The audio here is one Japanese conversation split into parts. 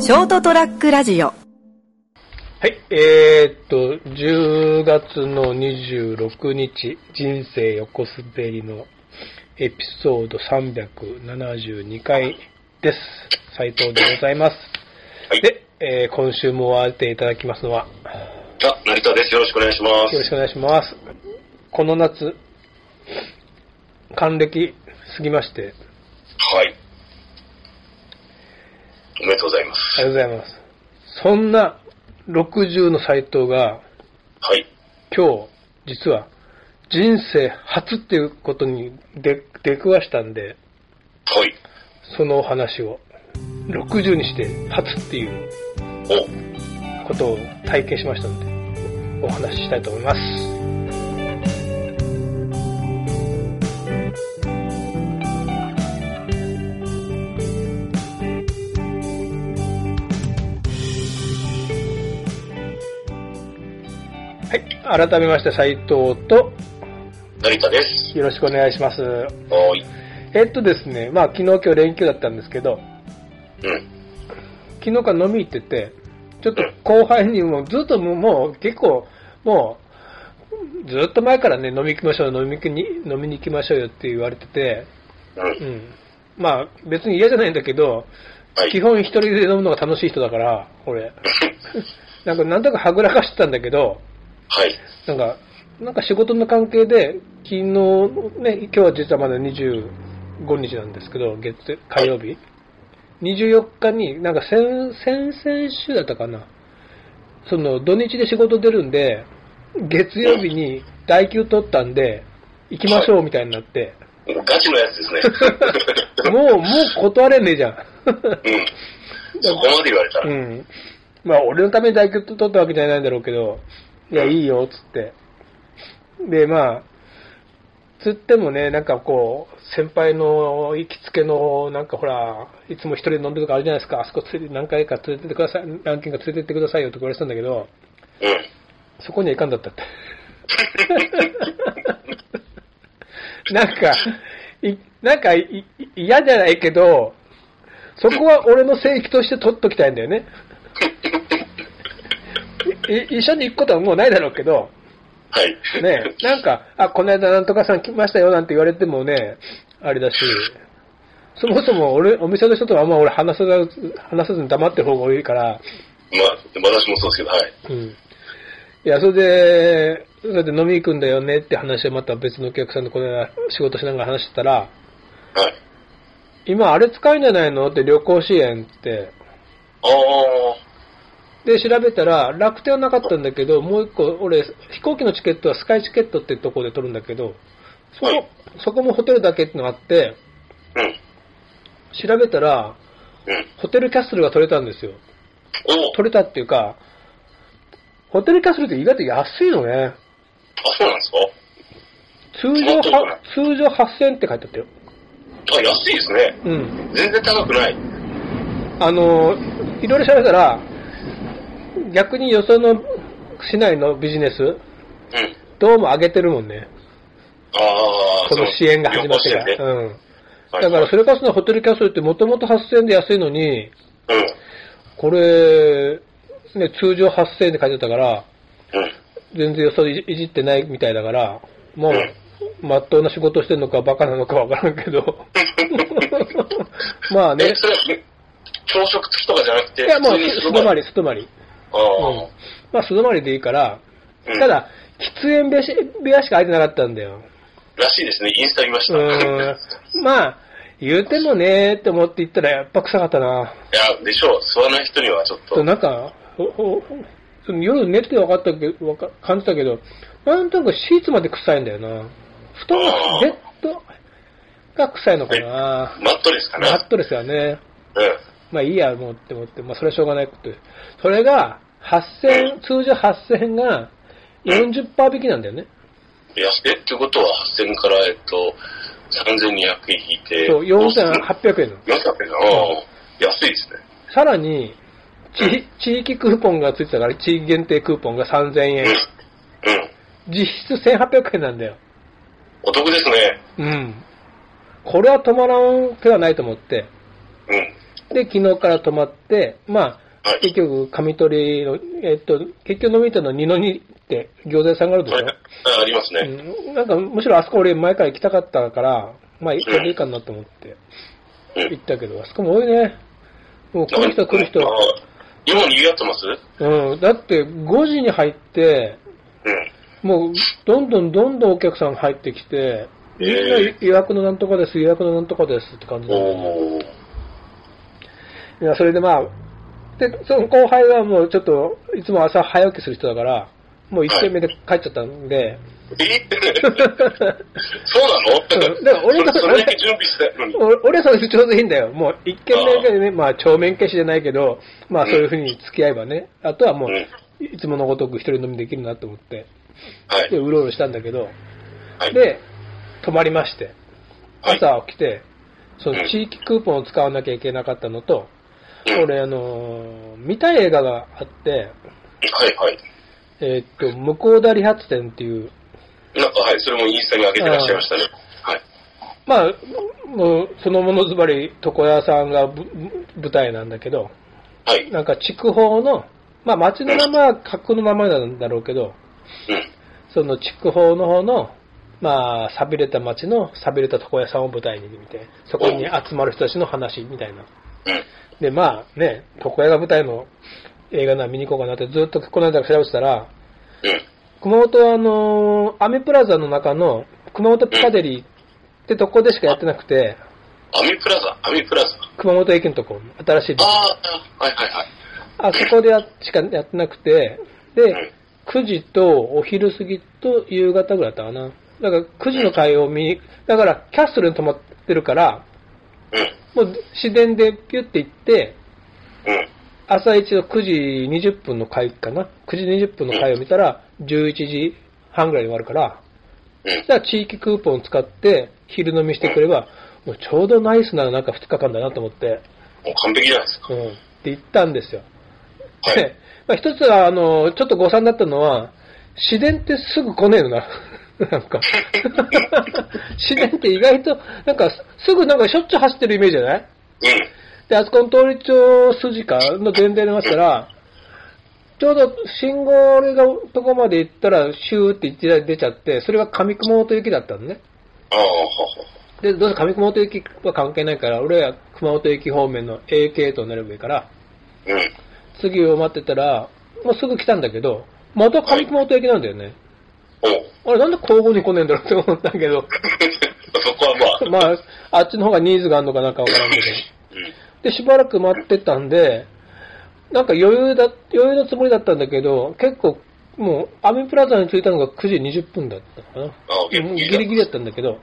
ショートトラックラジオはい、えー、っと、10月の26日、人生横滑りのエピソード372回です。斉藤でございます。はいで、えー今週も終わっていただきますのは、あ、成田です。よろしくお願いしまよろす。しくお願いします。この夏、還暦過ぎまして、はい。おめでとうございます。ありがとうございます。そんな60の斉藤が、はい。今日、実は、人生初っていうことに出出くわしたんで、はい。そのお話を、60にして初っていうお、ことを体験しましたので、お話ししたいと思います。はい、改めまして斉藤と成田です。よろしくお願いします。はい。えっとですね、まあ昨日今日連休だったんですけど、うん。昨日から飲み行ってて、ちょっと後輩にもずっともうもう結構、もう、ずっと前からね、飲み行きましょう、飲み行きに飲みに行きましょうよって言われてて、う。うんん。まあ、別に嫌じゃないんだけど、はい。基本一人で飲むのが楽しい人だから、 俺。なんか、なんとかはぐらかしてたんだけど、はい。なんか、なんか仕事の関係で、昨日、ね、今日は実はまだ25日なんですけど、月、火曜日。24日に、なんか先、先々週だったかな。その、土日で仕事出るんで、月曜日に代休取ったんで、行きましょうみたいになって、もうガチのやつ ですね。もう、もう断れねえじゃん。うん。そこまで言われたうら。ん。まあ、俺のために代休取ったわけじゃないんだろうけど、いや、うんいいよ、つって。で、まあ、つってもね、なんかこう、先輩の行きつけの、なんかほら、いつも一人で飲んでるとかあるじゃないですか、あそこ連れて何回か連れてってください、何件か連れてってくださいよとか言われてたんだけど、うん。そこにはいかんだったって。なんか、いなんかいい嫌じゃないけど、そこは俺の正義として取っときたいんだよね。いい一緒に行くことはもうないだろうけど、はい。ね、 なんか、あ、この間なんとかさん来ましたよなんて言われてもね、あれだし、そもそも俺、お店の人とはあんま俺話さず、話さずに黙ってる方が多いから、まあ、私もそうですけど、はい。うん。いや、それで、それで飲み行くんだよねって話をまた別のお客さんとこの間仕事しながら話してたら、はい。今あれ使うんじゃないのって旅行支援って。ああで、調べたら、楽天はなかったんだけど、もう一個、俺、飛行機のチケットはスカイチケットってとこで取るんだけど、そこ、はいそこもホテルだけってのがあって、ー。うん。調べたら、うん。ホテルキャッスルが取れたんですよ。お取れたっていうか、ホテルキャッスルって意外と安いのね。あ、そうなんです通常は、通常8000円って書いてあったよ。かあ、安いですね。うん。全然高くない。あの、いろいろ調べたら、逆によその市内のビジネス、うん。どうも上げてるもんね。ああ、この支援が始まってか旅行支援ねら。うん。はいだからそれこそホテルキャッスルってもともと8000円で安いのに、うん。これ、ね、通常8000円で書いてあったから、うん。全然よそいいじってないみたいだから、もううん、まっとうな仕事してるのかバカなのかわからんけ ど。まあねえ、。それは、朝食付きとかじゃなくて、いやもう、普通素に泊ま。り、素泊まり。ああ、うんまあ、素泊まりでいいから、うんただ、喫煙部屋し部屋しか空いてなかったんだよ。らしいですね。インスタ見ましうた。 いや、ーん。まあ、言うてもねーって思って行ったらやっぱ臭かったな。でしょう。吸わない人にはちょっと。となんか、ほほその夜寝てて分かったけど、わか感じたけど、なんとなくシーツまで臭いんだよな。布団あが、ーベッドが臭いのかな。マットですかね。マットですよね。うん。まあいいや、もうって思って、まあそれはしょうがないことで。それが、8000、通常8000円が40%引きなんだよね。安えってことは、8000から、えっと、3200円引いて。そう、 4800 4800円なの。円な。ああ安いですね。さらに、地地域クーポンがついてたから、地域限定クーポンが3000円。うん。うん。実質1800円なんだよ。お得ですね。うん。これは止まらん手はないと思って、うん。で、昨日から泊まって、まあ、はい結局、紙取りの、えっと、結局飲みに行ったのは二の二って餃子屋さんがあるでしょ、はいあありますね。うんなんか、むしろあそこ俺前から行きたかったから、まあ、一個でいいかなと思ってうん。行ったけど、あそこも多いね。もう来る人来る人あ。今もにぎわってますううん、だって5時に入って、ん。もうどんどんどんどんお客さん入ってきて、みんなえ予約のなんとかです、予約のなんとかですって感じなんだよねおお。いや、それでまあ、で、その後輩はもうちょっと、いつも朝早起きする人だから、もう1軒目で帰っちゃったんで、えうそうなのんだから俺がそれそれだけ準備してたのに。お俺はそれでちょうどいいんだよ。もう1軒目だけでね、まあ、帳面消しじゃないけど、まあ、そういうふうに付き合えばね、あとはも、うん。はいういつものごとく一人飲みできるなと思って、。はいで、うろうろしたんだけど、はい。で、泊まりまして、はい朝起きて、そのうん地域クーポンを使わなきゃいけなかったのと、うん俺、あのー見たい映画があって、はいはい。えーっと、向田理髪店っていう、なんか、はい、それもインスタに上げてらっしゃいましたね。はい。まあ、もうそのものずばり床屋さんがぶ舞台なんだけど、はい。なんか筑豊の、まあ町の名前は格好の名前なんだろうけど、うん。その筑豊の方の、まあ、寂れた町の寂れた床屋さんを舞台に見て、そこに集まる人たちの話みたいな。うん。で、まあね、床屋が舞台の映画なら見に行こうかなってずっとこの間から調べてたら、うん。熊本はあのーアメプラザの中の熊本ピカデリーってとこでしかやってなくて、アミプラザ、アミプラザ。熊本駅のとこ、新しいビルああ、はいはいはい。あそこでやしかやってなくて、で、9時とお昼過ぎと夕方ぐらいだったかな。だから9時の会を見に、だからキャッスルに泊まってるから、うん。もう市電でピュって行って、うん。うん。朝一の9時20分の会かな。9時20分の会を見たら、11時半ぐらいに終わるから、うんだから地域クーポンを使って昼飲みしてくれば、もうちょうどナイスななんか2日間だなと思って、もう完璧じゃないですか。うん、って言ったんですよ。はい。で、 まあ、一つは、あの、ちょっと誤算だったのは、市電ってすぐ来ねえのな。 なん か。市電って意外と、なんか、すぐなんかしょっちゅう走ってるイメージじゃないうん。で、あそこの通り町筋かの電電話したら、ちょうど信号がとこまで行ったら、シューって一台出ちゃって、それが上熊本行きだったのね。ああ、はで、どうせ上熊本行きは関係ないから、俺は熊本駅方面の A 系統になればいいから、は。うん。次を待ってたら、もうすぐ来たんだけど、また上熊本駅なんだよね。あお うれ、なんで交互に来ねえんだろうって思ったけど、そこはまあ。まあ、あっちの方がニーズがあるのかなんかわからんけど。うん。で、しばらく待ってたんで、なんか余裕だ、余裕のつもりだったんだけど、結構、もう、アメプラザに着いたのが9時20分だったかな。あギギリギリだリギリだったんだけど、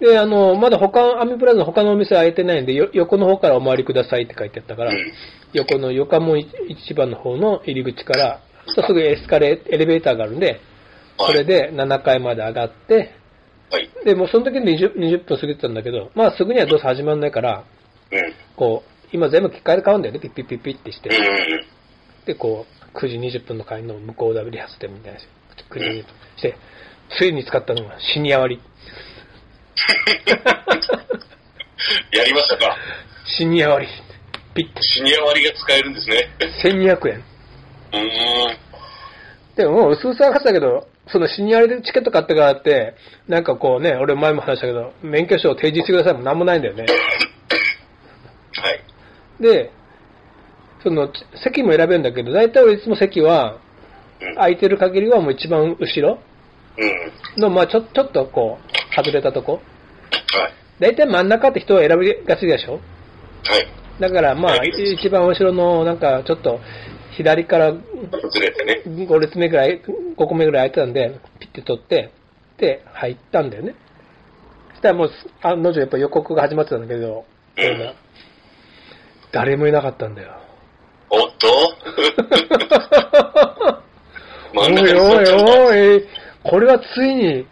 うん。で、あの、まだ他、アメプラザの他のお店は開いてないんで、よ横の方からお回りくださいって書いてあったから、うん横の横も一番の方の入り口から、すぐエスカレー、エレベーターがあるんで、はいそれで7階まで上がって、はい。で、もうその時に 20, 20分過ぎてたんだけど、まあすぐにはどうせ始まんないから、うん。こう、今全部機械で買うんだよね、ピッピッピッピッってしうんて。うん。で、こう、9時20分の会の向こうだリハス店みたいなし、9時20分して、ついに使ったのがシニア割。やりましたか。シニア割。ピッて、シニア割が使えるんですね。 1200円。うーん。でももう薄々分かってたけど、そのシニア割でチケット買ってからって、なんかこうね、俺前も話したけど、免許証を提示してくださいもなんもないんだよね。はい。で、そのち席も選べるんだけど、大体俺いつも席は、うん。空いてる限りはもう一番後ろうん。の、まあちょちょっとこう、外れたとこ。はい。大体真ん中って人を選びがちでしょはい。だからまあ、い一番後ろの、なんかちょっと、左からずれてね。 5列目ぐらい、5個目ぐらい空いてたんで、ピッて取って、で、入ったんだよね。そしたらもう、案の定やっぱ予告が始まってたんだけど、うん俺が誰もいなかったん だよ。おっと お真いんお中いに座っちゃった。おい、これはついに、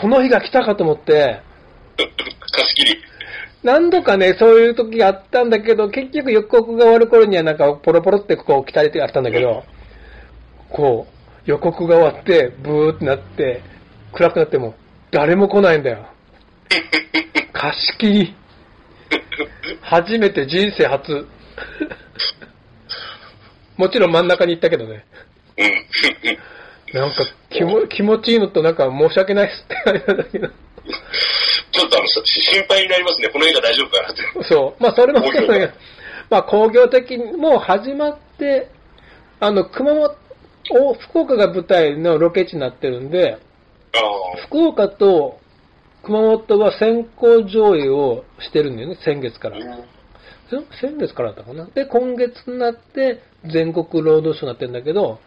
その日が来たかと思って、貸し切り。何度かね、そういう時があったんだけど、結局予告が終わる頃にはなんかポロポロってこう来たりってあったんだけど、こう、予告が終わって、ブーってなって、暗くなっても、誰も来ないんだよ。貸し切り。初めて人生初。 もちろん真ん中に行ったけどね。うん。 なんか気も気持ちいいのとなんか申し訳ないっすって感じなんだけど。ちょっとあの、し心配になりますね。この映画大丈夫かなって。そう。まあそれもそうだけど、まあ工業的にもう始まって、あの、熊本、お福岡が舞台のロケ地になってるんで、ああ。福岡と熊本は先行上映をしてるんだよね、先月から。先先月からだったかな。で、今月になって全国労働省になってるんだけど、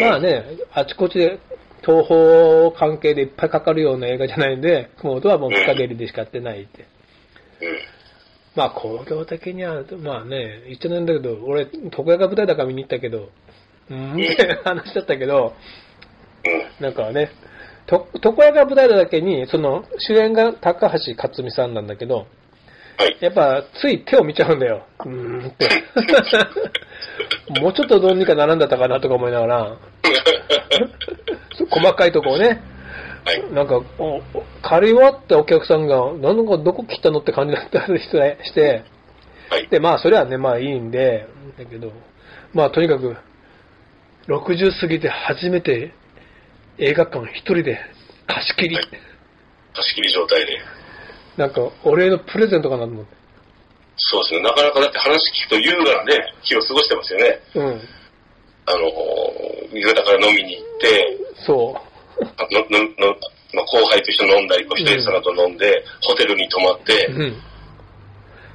まあね、あちこちで東宝関係でいっぱいかかるような映画じゃないんで、熊本はもう日陰りでしかやってないって。うん。まあ、工業的には、まあね、一緒なんだけど、俺、徳屋が舞台だから見に行ったけど、うーん って話だったけど、うん。なんかね、と床屋が舞台だけに、その、主演が高橋克実さんなんだけど、はい。やっぱ、つい手を見ちゃうんだよ。うーんって。 もうちょっとどうにかならんだったかなとか思いながら、 そう細かいとこをね、はい。なんか、おお借り終わったお客さんが、なんかどこ切ったのって感じだったりしてして、はい。で、まあ、それはね、まあいいんで、だけど、まあ、とにかく、60過ぎて初めて映画館一人で貸し切りはい。貸し切り状態で。なんか、お礼のプレゼントかなと思って。そうですね。なかなかだって話聞くと優雅なね、日を過ごしてますよね。うん。あのー、夕方から飲みに行って、そあのののまあ、後輩と一緒に飲んだり、こう一人でその後飲んで、ホテルに泊まって、う。うん。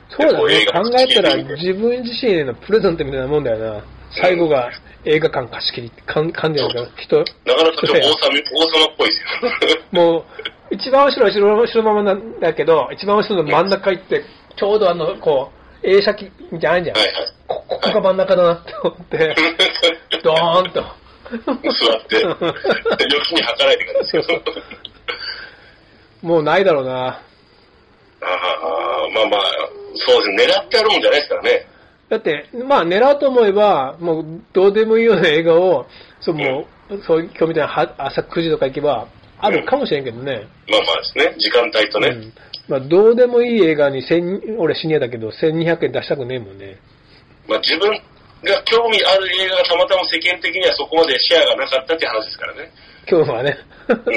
そうだね。でこう考えたら映画、自分自身へのプレゼントみたいなもんだよな。最後が映画館貸し切りって、かん、かんじゃうから、人、なかなかちょっと王様王様っぽいですよ。もう、一番後ろ、後ろ、後ろままなんだけど、一番後ろの真ん中行って、ちょうどあの、こう、映写機じゃないじゃん。はいはい。こ、ここが真ん中だなって思って、ドーンと。座って、余気に計らえてください。もうないだろうな。ああ、まあまあ、そうですね。狙ってあるもんじゃないですからね。だって、まあ狙うと思えば、もうどうでもいいような映画を、そう、もう、そういう今日みたいなは朝9時とか行けば、あるかもしれんけどね。まあまあですね。時間帯とね。うんまあどうでもいい映画に1000、俺シニアだけど、1200円出したくねえもんね。まあ自分が興味ある映画がたまたま世間的にはそこまでシェアがなかったっていう話ですからね。今日はね。 う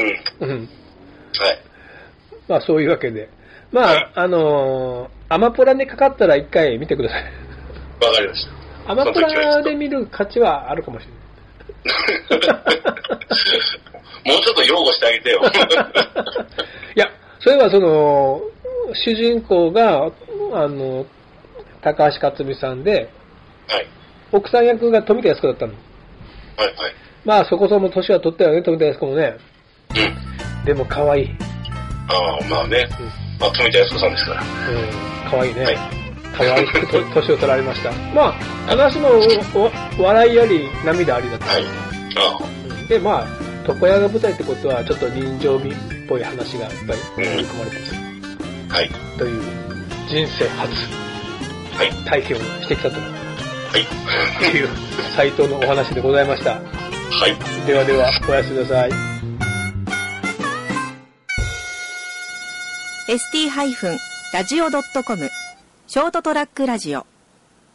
ん。うん。はい。まあそういうわけで。まあ、あのーアマプラにかかったら一回見てください。わかりました。アマプラで見る価値はあるかもしれない。 もうちょっと擁護してあげてよ。いや、そういえばその、主人公が、あの、高橋克実さんで、はい。奥さん役が富田靖子だったの。はいはい。まあそこそこ年は取ったよね、富田靖子もね。うん。でも可愛い。うん、ああ、まあね。まあ、富田康子さんですから。可愛いね。はい可愛く と年を取られました。まあ、話もおお笑いより涙ありだった。はい。ああ。うんで、まあ、床屋が舞台ってことは、ちょっと人情味っぽい話がいっぱい盛り込まれてる。はい。という人生初はい。体験をしてきたとはい。いう斎藤のお話でございました。はい。ではでは、おやすみなさい。 ST-radio.com ショートトラックラジオ